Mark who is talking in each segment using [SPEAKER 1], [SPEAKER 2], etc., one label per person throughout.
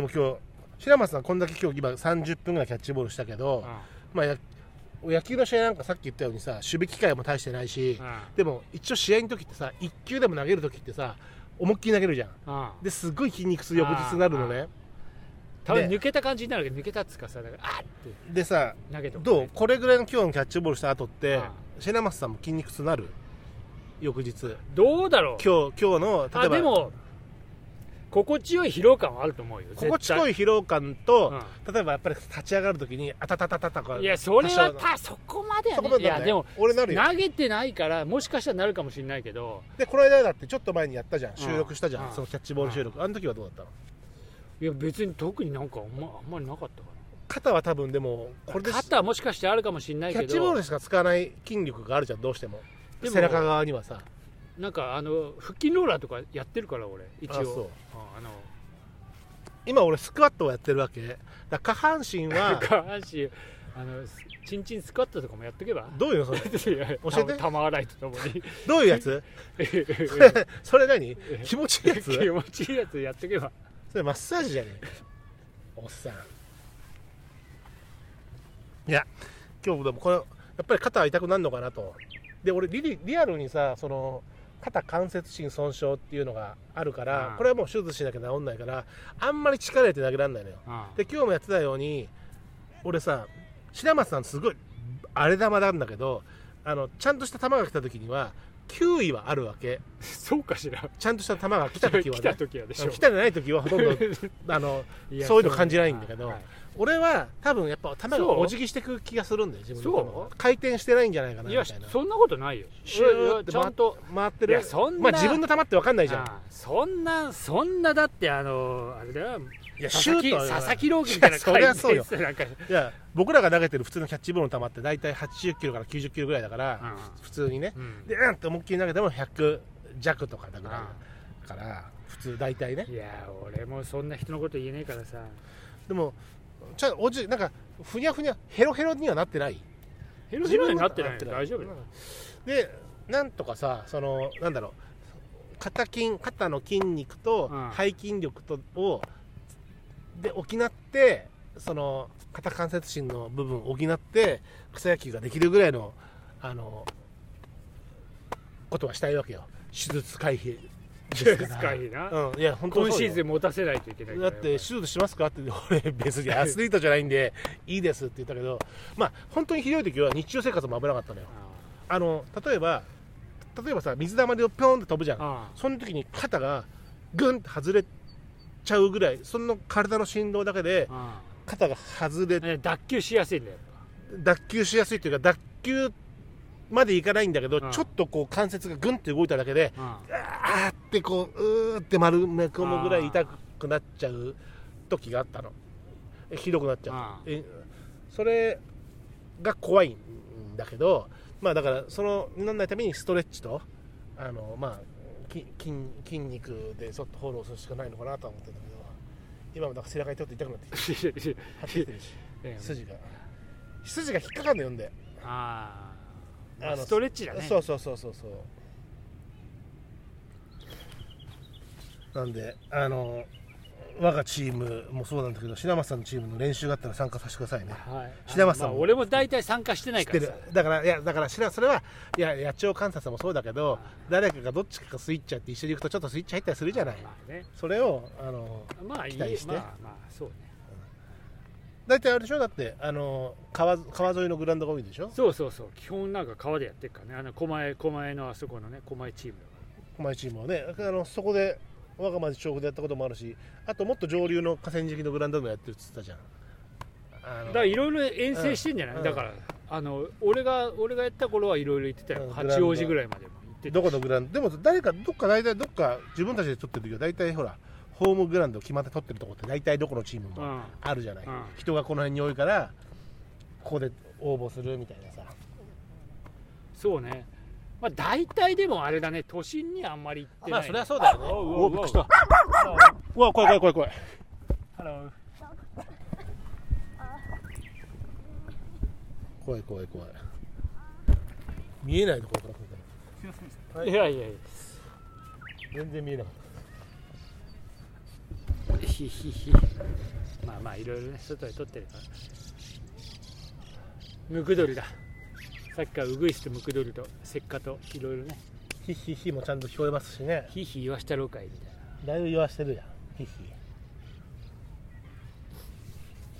[SPEAKER 1] も今日白松さんこんだけ今日今30分ぐらいキャッチボールしたけど、まあ、や野球の試合なんかさっき言ったようにさ守備機会も大してないし、でも一応試合の時ってさ1球でも投げる時ってさ思いっきり投げるじゃんですごい筋肉痛翌日になるのね
[SPEAKER 2] 多分抜けた感じになるけど抜けたっつうかさだからあっって
[SPEAKER 1] でさ
[SPEAKER 2] 投げても
[SPEAKER 1] どうこれぐらいの今日のキャッチボールした後って
[SPEAKER 2] ああ
[SPEAKER 1] 白松さんも筋肉痛なる翌日
[SPEAKER 2] どうだろう
[SPEAKER 1] 今日今日の例
[SPEAKER 2] あ
[SPEAKER 1] えば
[SPEAKER 2] でも心地よい疲労感はあると思うよ
[SPEAKER 1] 心地よ
[SPEAKER 2] い、
[SPEAKER 1] い疲労感と、例えばやっぱり立ち上がる時にあたたたたた
[SPEAKER 2] う
[SPEAKER 1] か
[SPEAKER 2] んいやそれ
[SPEAKER 1] 多少
[SPEAKER 2] は
[SPEAKER 1] の
[SPEAKER 2] たそこまでは
[SPEAKER 1] そこ
[SPEAKER 2] ね
[SPEAKER 1] ま
[SPEAKER 2] い
[SPEAKER 1] でな
[SPEAKER 2] や
[SPEAKER 1] る
[SPEAKER 2] でも
[SPEAKER 1] 俺なるよ
[SPEAKER 2] 投げてないからもしかしたらなるかもしれないけど
[SPEAKER 1] でこの間だってちょっと前にやったじゃん収録したじゃん、
[SPEAKER 2] うん
[SPEAKER 1] そのキャッチボール収録、あの時はどうだったの
[SPEAKER 2] いや別に特になんかあんまあんまりなかったか
[SPEAKER 1] 肩は多分でもこれで
[SPEAKER 2] ら
[SPEAKER 1] す
[SPEAKER 2] 肩はもしかしてあるかもしれない
[SPEAKER 1] キ
[SPEAKER 2] け
[SPEAKER 1] ャ
[SPEAKER 2] ど
[SPEAKER 1] ッチボールでしか使わない筋力があるじゃんどうしても
[SPEAKER 2] でも
[SPEAKER 1] 背中側にはさ
[SPEAKER 2] なんかあの腹筋ローラーとかやってるから俺一
[SPEAKER 1] あ
[SPEAKER 2] 応
[SPEAKER 1] そう
[SPEAKER 2] うんあの
[SPEAKER 1] 今俺スクワットをやってるわけだから下半身は
[SPEAKER 2] 下半身あのチンチンスクワットとかもやっとけば
[SPEAKER 1] どういうのそれ
[SPEAKER 2] いや
[SPEAKER 1] 教えて
[SPEAKER 2] 玉洗いとともに
[SPEAKER 1] どういうや つそ
[SPEAKER 2] 気
[SPEAKER 1] れ それ何気持ちいいやつ
[SPEAKER 2] 持ちいいやつやっとけば
[SPEAKER 1] それマッサージじゃねえおっさんいや今日でもこれやっぱり肩は痛くなるのかなとで俺リリリアルにさその肩関節芯損傷っていうのがあるから、
[SPEAKER 2] うん
[SPEAKER 1] これはもう手術しなきゃ治んないからあんまり力入れて投げられないのよで今日もやってたように俺さ白松さんすごい荒れ玉なんだけどあのちゃんとした球が来た時には球威はあるわけ
[SPEAKER 2] そうかしら
[SPEAKER 1] ちゃんとした球が 来
[SPEAKER 2] 来
[SPEAKER 1] た時は
[SPEAKER 2] 来
[SPEAKER 1] ね
[SPEAKER 2] た時はでし
[SPEAKER 1] あ
[SPEAKER 2] ょ
[SPEAKER 1] の来たじゃない時はほとん どあの
[SPEAKER 2] や
[SPEAKER 1] そういうの感じないんだけど
[SPEAKER 2] はい
[SPEAKER 1] 俺は多分やっぱ球が
[SPEAKER 2] そう
[SPEAKER 1] お辞儀してく気がするんだよ自分の球が
[SPEAKER 2] そう
[SPEAKER 1] 回転してないんじゃないかないみ
[SPEAKER 2] や
[SPEAKER 1] たいな
[SPEAKER 2] そんなことないよ
[SPEAKER 1] シューって
[SPEAKER 2] ちゃんと
[SPEAKER 1] 回って
[SPEAKER 2] い
[SPEAKER 1] る
[SPEAKER 2] やそんな
[SPEAKER 1] まあ自分の球って分かんないじゃん
[SPEAKER 2] ああそんなそんなだってあのあれだよ
[SPEAKER 1] いや
[SPEAKER 2] 佐
[SPEAKER 1] シュ
[SPEAKER 2] 々
[SPEAKER 1] ー
[SPEAKER 2] 木
[SPEAKER 1] トは
[SPEAKER 2] 佐々木朗希みたいない
[SPEAKER 1] やそりゃそうよ
[SPEAKER 2] 回転してなんか
[SPEAKER 1] いや僕らが投げてる普通のキャッチボールの球って大体80キロから90キロぐらいだから普通にね
[SPEAKER 2] うんうん
[SPEAKER 1] でうんって思いっきり投げても100弱とかだぐらいだから普通大体ね
[SPEAKER 2] いや俺もそんな人のこと言えねえからさ
[SPEAKER 1] でもちゃんおじなんかふにゃふにゃヘロヘロにはなってない
[SPEAKER 2] ヘロヘロになってないよ大丈夫だよ
[SPEAKER 1] でなんとかさそのなんだろう肩筋肩の筋肉と
[SPEAKER 2] うん
[SPEAKER 1] 背筋力とをで補ってその肩関節心の部分を補って草野球ができるぐらいのあのことはしたいわけよ手術回避ですから
[SPEAKER 2] 手術回避な
[SPEAKER 1] うん、いや本当そう
[SPEAKER 2] 今
[SPEAKER 1] よ
[SPEAKER 2] シーズン持たせないといけないか
[SPEAKER 1] だ
[SPEAKER 2] ら
[SPEAKER 1] って手術しますかって俺別に アスリートじゃないんでいいですって言ったけどまあ本当にひどい時は日常生活も危なかったのよあの例えば例えばさ水溜りをピョンって飛ぶじゃん
[SPEAKER 2] ああ
[SPEAKER 1] その時に肩がグンって外れちゃうぐらいその体の振動だけで
[SPEAKER 2] あ
[SPEAKER 1] 肩が外れ
[SPEAKER 2] あね脱臼しやすいんだよ
[SPEAKER 1] 脱臼しやすいというか脱臼までいかないんだけど、
[SPEAKER 2] うん
[SPEAKER 1] ちょっとこう関節がグンって動いただけで
[SPEAKER 2] あ
[SPEAKER 1] あー
[SPEAKER 2] あ
[SPEAKER 1] ってこううーって丸め込むぐらい痛くなっちゃう時があったのえひどくなっちゃう
[SPEAKER 2] ああ
[SPEAKER 1] えそれが怖いんだけどまあだからそのなんないためにストレッチとあのまあき筋筋肉でちょっとフォローするしかないのかなとは思ってんだけど今もなんか背中にちょっと痛くなってきて張ってきてるし
[SPEAKER 2] ええ
[SPEAKER 1] 筋が筋が引っかかんのよんで
[SPEAKER 2] ああ
[SPEAKER 1] あの
[SPEAKER 2] ストレッチだね
[SPEAKER 1] そうそうそうそうそうなんであの我がチームもそうなんだけど白松さんのチームの練習があったら参加させてくださいね
[SPEAKER 2] はい
[SPEAKER 1] 品松さんも
[SPEAKER 2] まあ俺も大体参加してな
[SPEAKER 1] 知
[SPEAKER 2] い
[SPEAKER 1] っ
[SPEAKER 2] か
[SPEAKER 1] て
[SPEAKER 2] ら
[SPEAKER 1] る
[SPEAKER 2] さ
[SPEAKER 1] だからいやだから知らそれはいや野鳥観察もそうだけど誰かがどっちかがスイッチやって一緒に行くとちょっとスイッチ入ったりするじゃない
[SPEAKER 2] まあね
[SPEAKER 1] それをあの
[SPEAKER 2] まあいい
[SPEAKER 1] 期待して
[SPEAKER 2] まあまあそうね
[SPEAKER 1] 大体あれでしょだってあの川川沿いのグラウンドが多いんでしょ
[SPEAKER 2] そうそうそう基本なんか川でやってるからねあの狛江狛江のあそこのね狛江チームだか
[SPEAKER 1] お前チームはねあのそこで我が町調布でやったこともあるしあともっと上流の河川敷のグラウンドでもやってるっつってたじゃんあ
[SPEAKER 2] ら
[SPEAKER 1] の
[SPEAKER 2] だからいろいろ遠征してんじゃない、
[SPEAKER 1] うん
[SPEAKER 2] だからあの俺が俺がやった頃はいろいろ行ってたよ、
[SPEAKER 1] うん
[SPEAKER 2] 八王子ぐらいまでも行ってた
[SPEAKER 1] どこのグラウンドでも誰かどっか大体どっか自分たちで取ってる時は大体ほらホームグラウンド決まって取ってるとこって大体どこのチームも
[SPEAKER 2] うんうん
[SPEAKER 1] あるじゃない、
[SPEAKER 2] うん
[SPEAKER 1] 人がこの辺に多いからここで応募するみたいなさ
[SPEAKER 2] そうねまあ大体でもあれだね都心にはあんまり行ってない、
[SPEAKER 1] そうだよね
[SPEAKER 2] おうおうおう
[SPEAKER 1] びっくりしたうわ怖い怖い怖い怖い
[SPEAKER 2] ハロー
[SPEAKER 1] 怖い怖い怖い見えないところから来るはい
[SPEAKER 2] い、やいやい
[SPEAKER 1] 全然見えなかっ
[SPEAKER 2] やいひひひまあまあいろいろね外で撮ってるからムクドリださっきからウグイスとムクドリとセッカといろいろね
[SPEAKER 1] ヒッヒッヒもちゃんと聞こえますしね
[SPEAKER 2] ヒヒ言わしたろうかいみたいな
[SPEAKER 1] だいぶ言わしてるやんヒッヒ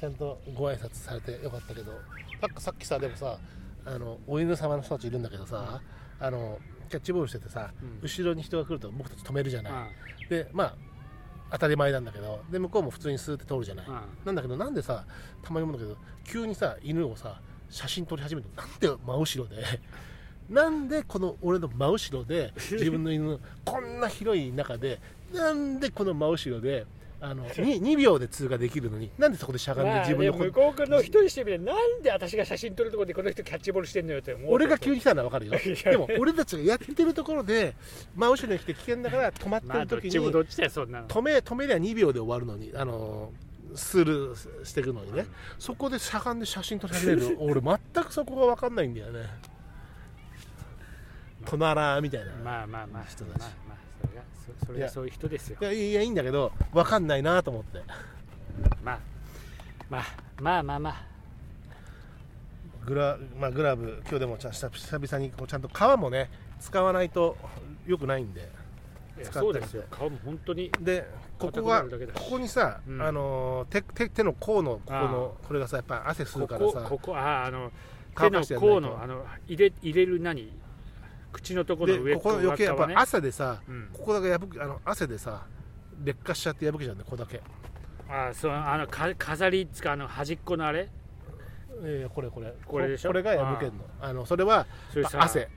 [SPEAKER 1] ちゃんとご挨拶されてよかったけどさっきさっきさでもさあのお犬様の人たちいるんだけどさ、あのキャッチボールしててさ、
[SPEAKER 2] うん
[SPEAKER 1] 後ろに人が来ると僕たち止めるじゃない、
[SPEAKER 2] あ
[SPEAKER 1] でまあ当たり前なんだけどで向こうも普通にスーって通るじゃない、
[SPEAKER 2] ああ
[SPEAKER 1] なんだけどなんでさたまに思うんだけど急にさ犬をさ写真撮り始めるのなんで真後ろで なんでこの俺の真後ろで自分の犬のこんな広い中でなんでこの真後ろであの 2, 秒で通過できるのになんでそこでしゃ
[SPEAKER 2] あ
[SPEAKER 1] がんで
[SPEAKER 2] まあ
[SPEAKER 1] 自分
[SPEAKER 2] で
[SPEAKER 1] の
[SPEAKER 2] も
[SPEAKER 1] こ
[SPEAKER 2] 向こうの人にしてみればなんで私が写真撮るところでこの人キャッチボールしてんのよって思う
[SPEAKER 1] 俺が急に来たのは分かるよ
[SPEAKER 2] いや
[SPEAKER 1] でも俺たちがやってるところで真後ろに来て危険だから止まって
[SPEAKER 2] まあ
[SPEAKER 1] る
[SPEAKER 2] どっ
[SPEAKER 1] 時
[SPEAKER 2] ちも
[SPEAKER 1] に
[SPEAKER 2] どっちだよそんなの
[SPEAKER 1] 止め止めりゃ2秒で終わるのにあのスルーしていくのにね、そこでしゃがんで写真撮り始めるの 俺全くそこが分かんないんだよねトナラーみたいな、
[SPEAKER 2] まあまあまあ
[SPEAKER 1] 人
[SPEAKER 2] ま
[SPEAKER 1] だ
[SPEAKER 2] あ
[SPEAKER 1] し
[SPEAKER 2] まあそれがそそれ
[SPEAKER 1] い
[SPEAKER 2] が
[SPEAKER 1] や
[SPEAKER 2] そういう人ですよ
[SPEAKER 1] いやいやいいんだけど分かんないなと思って
[SPEAKER 2] まあまあまあまあまあ
[SPEAKER 1] グラ,、まあ、グラブ今日でもちゃん久々にこうちゃんと皮もね使わないと良くないんで
[SPEAKER 2] いや
[SPEAKER 1] 使ってる
[SPEAKER 2] そうですよ顔も本当に
[SPEAKER 1] でここが
[SPEAKER 2] 硬くなるだけだし
[SPEAKER 1] ここにさ、
[SPEAKER 2] うん
[SPEAKER 1] あの手手手の甲のここのこれがさやっぱ汗吸
[SPEAKER 2] こ
[SPEAKER 1] うから
[SPEAKER 2] こ
[SPEAKER 1] さ
[SPEAKER 2] ここあーあの手
[SPEAKER 1] 乾
[SPEAKER 2] の
[SPEAKER 1] かしてやんないと
[SPEAKER 2] 甲のあの入れ入れる何口のところの
[SPEAKER 1] で
[SPEAKER 2] 上
[SPEAKER 1] ここ余計やっぱ
[SPEAKER 2] ね
[SPEAKER 1] 汗でさ、
[SPEAKER 2] うん
[SPEAKER 1] ここだけ破けあの汗でさ劣化しちゃって破けちゃうんだよここだけ、
[SPEAKER 2] あーそうあのか飾りっつうかあの端っこのあれ
[SPEAKER 1] いやいやこれこれ
[SPEAKER 2] これでしょ
[SPEAKER 1] これが破けんのあのそれは
[SPEAKER 2] それ
[SPEAKER 1] やっぱ
[SPEAKER 2] さ
[SPEAKER 1] 汗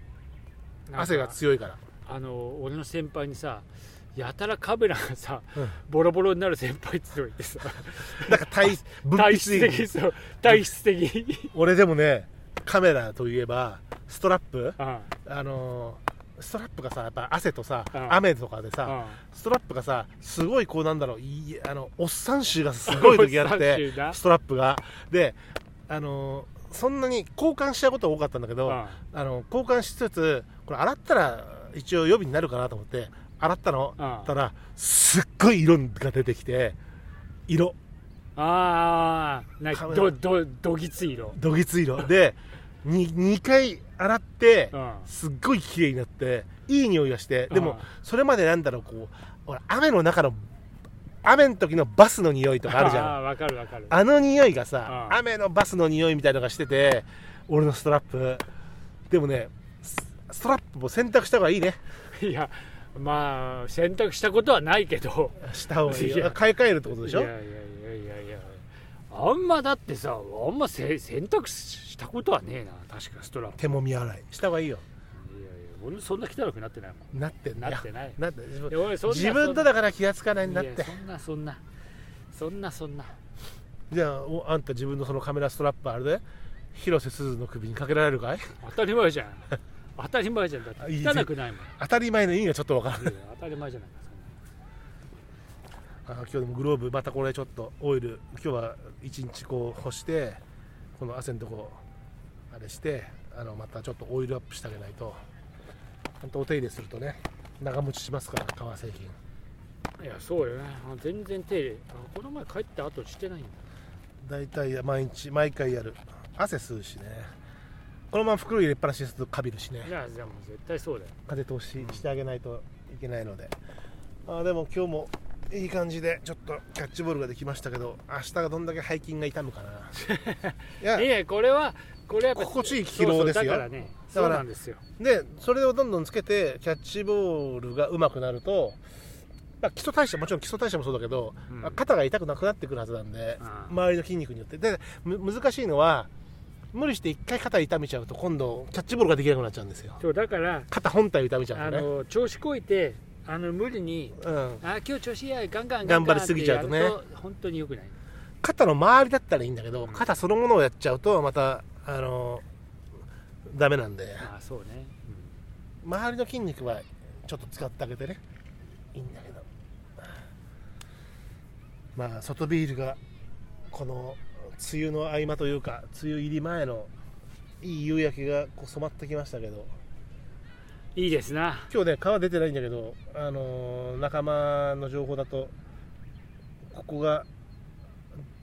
[SPEAKER 2] なんか
[SPEAKER 1] 汗が強いから
[SPEAKER 2] あの俺の先輩にさやたらカメラがさ、
[SPEAKER 1] うん
[SPEAKER 2] ボロボロになる先輩っつうのがい てさ
[SPEAKER 1] なんか体物
[SPEAKER 2] 体質
[SPEAKER 1] 質的に
[SPEAKER 2] 的そう体質的
[SPEAKER 1] 俺でもねカメラといえばストラップ
[SPEAKER 2] あ
[SPEAKER 1] あのーストラップがさやっぱ汗とさ、
[SPEAKER 2] うん
[SPEAKER 1] 雨とかで
[SPEAKER 2] あ
[SPEAKER 1] さ、
[SPEAKER 2] あ
[SPEAKER 1] ストラップがさすごいこうなんだろういいあのおっさん臭がすごい時あっ
[SPEAKER 2] おっさん
[SPEAKER 1] て
[SPEAKER 2] 臭な
[SPEAKER 1] ストラップがであのーそんなに交換しちゃうことは多かったんだけど、
[SPEAKER 2] あ
[SPEAKER 1] あの交換しつつこれ洗ったら一応予備になるかなと思って洗ったの
[SPEAKER 2] あ
[SPEAKER 1] たらすっごい色が出てきて色
[SPEAKER 2] あーなんか
[SPEAKER 1] カメ
[SPEAKER 2] ど
[SPEAKER 1] ラ
[SPEAKER 2] どどぎつい色、
[SPEAKER 1] どぎつい色でに 2, 回洗って
[SPEAKER 2] うん、
[SPEAKER 1] すっごい綺麗になっていい匂いがしてで
[SPEAKER 2] あ
[SPEAKER 1] も
[SPEAKER 2] あ
[SPEAKER 1] それまでなんだろうこうほら雨の中の雨の時のバスの匂いとかあるじゃん
[SPEAKER 2] あーわかるわかる
[SPEAKER 1] あの匂いがさ、
[SPEAKER 2] うん
[SPEAKER 1] 雨のバスの匂いみたいなのがしてて、俺のストラップ。でもね、スストラップも選択した方がいいね。
[SPEAKER 2] いやまあ選択したことはないけど
[SPEAKER 1] した方がいい
[SPEAKER 2] いや
[SPEAKER 1] よ。買い替えるってことでしょ
[SPEAKER 2] いやいやいやいやいやあんまだってさあんませ選択したことはねえな確かストラップ
[SPEAKER 1] 手もみ洗い。した方がいいよ。
[SPEAKER 2] いやいや俺そんな汚くなってないも
[SPEAKER 1] なってん
[SPEAKER 2] ん
[SPEAKER 1] だ
[SPEAKER 2] な
[SPEAKER 1] よ
[SPEAKER 2] ってない
[SPEAKER 1] なって自分
[SPEAKER 2] いや俺そんな
[SPEAKER 1] 自分とだから気がつかない
[SPEAKER 2] そ
[SPEAKER 1] ん
[SPEAKER 2] ん
[SPEAKER 1] だ
[SPEAKER 2] な
[SPEAKER 1] っ
[SPEAKER 2] いや
[SPEAKER 1] て
[SPEAKER 2] そんなそんなそんなそんな
[SPEAKER 1] じゃあおあんた自分のそのカメラストラップあれで広瀬すずの首にかけられる かい
[SPEAKER 2] 当たり前じゃん当たり前じゃんだって
[SPEAKER 1] あいいぜ
[SPEAKER 2] 汚くないもん
[SPEAKER 1] 当たり前の意味がちょっとわからない
[SPEAKER 2] いや当たり前じゃないかそんな
[SPEAKER 1] あ今日でもグローブまたこれちょっとオイル今日は一日こう干してこの汗のとこあれしてあのまたちょっとオイルアップしてあげないとちゃんとお手入れするとね長持ちしますから革製品
[SPEAKER 2] いやそうよねあ全然手入れあこの前帰った後してないんだ
[SPEAKER 1] 大体毎日毎回やる汗吸うしねこのまま袋入れっぱなしにするとかびるしね
[SPEAKER 2] いやじゃあもう絶対そうだよ
[SPEAKER 1] 風通ししてあげないといけないので、あーでも今日もいい感じでちょっとキャッチボールができましたけど明日がどんだけ背筋が痛むかない や
[SPEAKER 2] いやこれはこれはやっぱ
[SPEAKER 1] 心地いい疲労ですよ
[SPEAKER 2] そうそうだからね
[SPEAKER 1] だ
[SPEAKER 2] そ
[SPEAKER 1] から
[SPEAKER 2] うなんですよ
[SPEAKER 1] でそれをどんどんつけてキャッチボールが上手くなると、まあ、基礎代謝もちろん基礎代謝もそうだけど、
[SPEAKER 2] うん
[SPEAKER 1] まあ肩が痛くなくなってくるはずなんで、
[SPEAKER 2] ああ
[SPEAKER 1] 周りの筋肉によってでむ難しいのは無理して一回肩痛めちゃうと今度キャッチボールができなくなっちゃうんですよ
[SPEAKER 2] そうだから
[SPEAKER 1] 肩本体を痛めちゃ
[SPEAKER 2] あ
[SPEAKER 1] うとね
[SPEAKER 2] の調子こいてあの無理に
[SPEAKER 1] うん、
[SPEAKER 2] あ今日調子いいやガンガンガンガン
[SPEAKER 1] 頑張りすぎちゃうとね
[SPEAKER 2] ってやる本当に良くない
[SPEAKER 1] 肩の周りだったらいいんだけど、
[SPEAKER 2] うん
[SPEAKER 1] 肩そのものをやっちゃうとまたあのダメなんで
[SPEAKER 2] あそうね、
[SPEAKER 1] 周りの筋肉はちょっと使ってあげてねいいんだけどまあ外ビールがこの梅雨の合間というか梅雨入り前のいい夕焼けがこう染まってきましたけど
[SPEAKER 2] うんいいですな
[SPEAKER 1] 今日ね川出てないんだけど、あのー仲間の情報だとここが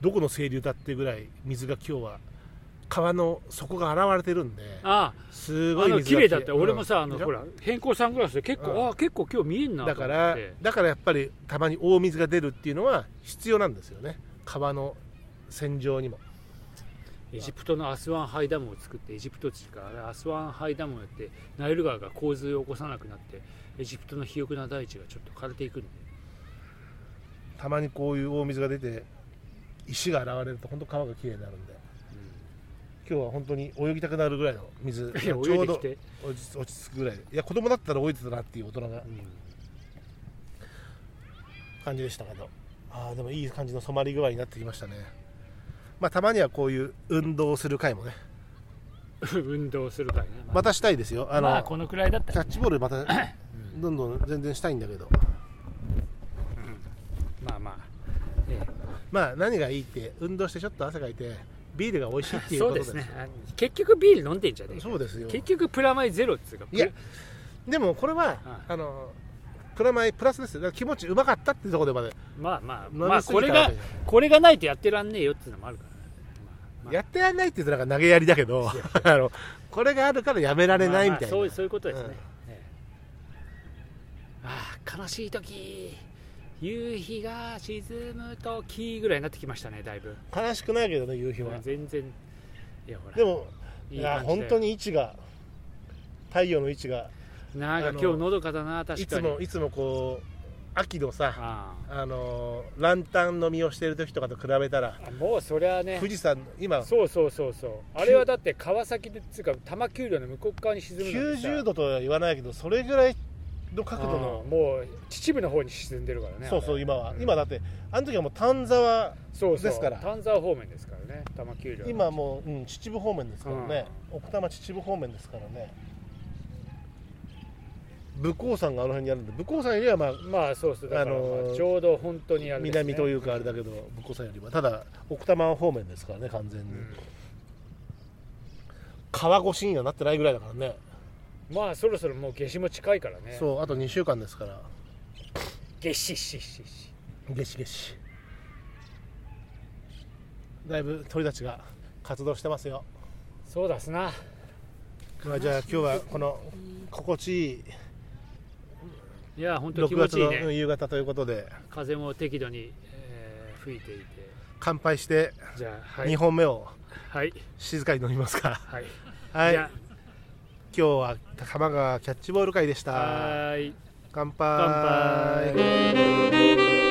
[SPEAKER 1] どこの清流だっていうぐらい水が今日は川の底が現れてるんで
[SPEAKER 2] あ
[SPEAKER 1] す
[SPEAKER 2] あ
[SPEAKER 1] ご
[SPEAKER 2] あ
[SPEAKER 1] い
[SPEAKER 2] の
[SPEAKER 1] 水
[SPEAKER 2] 綺
[SPEAKER 1] が
[SPEAKER 2] 麗だって俺もさ、
[SPEAKER 1] うんで
[SPEAKER 2] あの
[SPEAKER 1] しょ
[SPEAKER 2] ほら変更サングラスで結構、
[SPEAKER 1] うん
[SPEAKER 2] ああ結構今日見えんなと
[SPEAKER 1] だ
[SPEAKER 2] 思っ
[SPEAKER 1] か
[SPEAKER 2] て
[SPEAKER 1] らだからやっぱりたまに大水が出るっていうのは必要なんですよね川の戦場にも
[SPEAKER 2] エジプトのアスワンハイダムを作ってエジプト地からアスワンハイダムをやってナイル川が洪水を起こさなくなってエジプトの肥沃な大地がちょっと枯れていくんで
[SPEAKER 1] たまにこういう大水が出て石が現れると本当川が綺麗になるんで今日は本当に泳ぎたくなるぐらいの水
[SPEAKER 2] い
[SPEAKER 1] ち
[SPEAKER 2] や
[SPEAKER 1] ょ
[SPEAKER 2] 泳いうで
[SPEAKER 1] ど
[SPEAKER 2] きて、
[SPEAKER 1] 落ち落ち着くぐらいでいや子供だったら泳いでたなっていう大人な
[SPEAKER 2] うん
[SPEAKER 1] 感じでしたけどあーでもいい感じの染まり具合になってきましたねまあたまにはこういう運動をする回もね
[SPEAKER 2] 運動するからねま
[SPEAKER 1] またしたいですよあの、
[SPEAKER 2] まあこのくらいだった
[SPEAKER 1] キャ
[SPEAKER 2] ら
[SPEAKER 1] ッチボールまたどんどん全然したいんだけど
[SPEAKER 2] まあまあ、え
[SPEAKER 1] まあ何がいいって運動してちょっと汗かいてビールが美味しいって
[SPEAKER 2] え
[SPEAKER 1] いう
[SPEAKER 2] そ
[SPEAKER 1] こと
[SPEAKER 2] うで
[SPEAKER 1] です
[SPEAKER 2] すねあの結局ビール飲んでんじゃねえか
[SPEAKER 1] そうですよ
[SPEAKER 2] 結局プラマイゼロっつうか
[SPEAKER 1] いやでもこれは、
[SPEAKER 2] は
[SPEAKER 1] あのプラマイプラスですよだから気持ちうまかったってところでまで
[SPEAKER 2] まあまあ
[SPEAKER 1] 飲み
[SPEAKER 2] まあ
[SPEAKER 1] す
[SPEAKER 2] こ
[SPEAKER 1] ぎ
[SPEAKER 2] れ
[SPEAKER 1] たわ
[SPEAKER 2] が
[SPEAKER 1] けじゃない
[SPEAKER 2] これがないとやってらんねえよっていうのもあるからね、まあまあ
[SPEAKER 1] やってやんないって言うとなんか投げやりだけど あのこれがあるからやめられないみたいな、
[SPEAKER 2] まあまあそうそういうことですね、
[SPEAKER 1] うん
[SPEAKER 2] ええああ悲しい時夕日が沈む時ぐらいになってきましたねだいぶ
[SPEAKER 1] 悲しくないけどね夕日は、
[SPEAKER 2] 全然いやほら
[SPEAKER 1] でも
[SPEAKER 2] い
[SPEAKER 1] い
[SPEAKER 2] い
[SPEAKER 1] や
[SPEAKER 2] 感じで
[SPEAKER 1] 本当に位置が太陽の位置が
[SPEAKER 2] なんか
[SPEAKER 1] あの
[SPEAKER 2] 今日のどかだな確
[SPEAKER 1] い
[SPEAKER 2] か
[SPEAKER 1] つ
[SPEAKER 2] に
[SPEAKER 1] もいつもこう秋のさ
[SPEAKER 2] あ
[SPEAKER 1] あのランタン飲みをしてる時とかと比べたら
[SPEAKER 2] あもうそりゃあね
[SPEAKER 1] 富士山今
[SPEAKER 2] そうそうそうそうあれはだって川崎でつうか多摩丘陵の向こう側に沈むのにさ
[SPEAKER 1] 90度とは言わないけどそれぐらいの角度の
[SPEAKER 2] ああもう秩父の方に沈んでるからね
[SPEAKER 1] そうそ
[SPEAKER 2] あ
[SPEAKER 1] う
[SPEAKER 2] れ
[SPEAKER 1] 今は
[SPEAKER 2] うん
[SPEAKER 1] 今だってあの時はもう丹沢
[SPEAKER 2] そうそう
[SPEAKER 1] ですから
[SPEAKER 2] 丹沢方面ですからね多摩丘陵
[SPEAKER 1] 今もう、うん、秩父方面ですからね、奥多摩秩父方面ですからね武甲山があの辺にあるんで武甲山よりはまあ
[SPEAKER 2] まあそうそうだから、
[SPEAKER 1] あのー
[SPEAKER 2] まあちょうど本当にあれですね
[SPEAKER 1] 南というかあれだけど武甲山よりはただ奥多摩方面ですからね完全に、川越しにはなってないぐらいだからね
[SPEAKER 2] まあそろそろもう夏至も近いからね
[SPEAKER 1] そうあと2週間ですから
[SPEAKER 2] 夏至ししし
[SPEAKER 1] ゲシゲシだいぶ鳥たちが活動してますよ
[SPEAKER 2] そうだすな
[SPEAKER 1] まあじゃあ今日はこの心地いい
[SPEAKER 2] いや本当気
[SPEAKER 1] 6
[SPEAKER 2] 持ち
[SPEAKER 1] 月
[SPEAKER 2] いい
[SPEAKER 1] のう
[SPEAKER 2] ね
[SPEAKER 1] ん夕方ということで
[SPEAKER 2] 風も適度に、えー吹いていて
[SPEAKER 1] 乾杯して
[SPEAKER 2] じゃあは
[SPEAKER 1] 2
[SPEAKER 2] い
[SPEAKER 1] 本目を
[SPEAKER 2] はい
[SPEAKER 1] 静かに飲みますか、
[SPEAKER 2] はい
[SPEAKER 1] はい
[SPEAKER 2] じ
[SPEAKER 1] 今
[SPEAKER 2] ゃ
[SPEAKER 1] 日は多摩川キャッチボール会でし
[SPEAKER 2] あ
[SPEAKER 1] た
[SPEAKER 2] はーい
[SPEAKER 1] 乾杯
[SPEAKER 2] 乾杯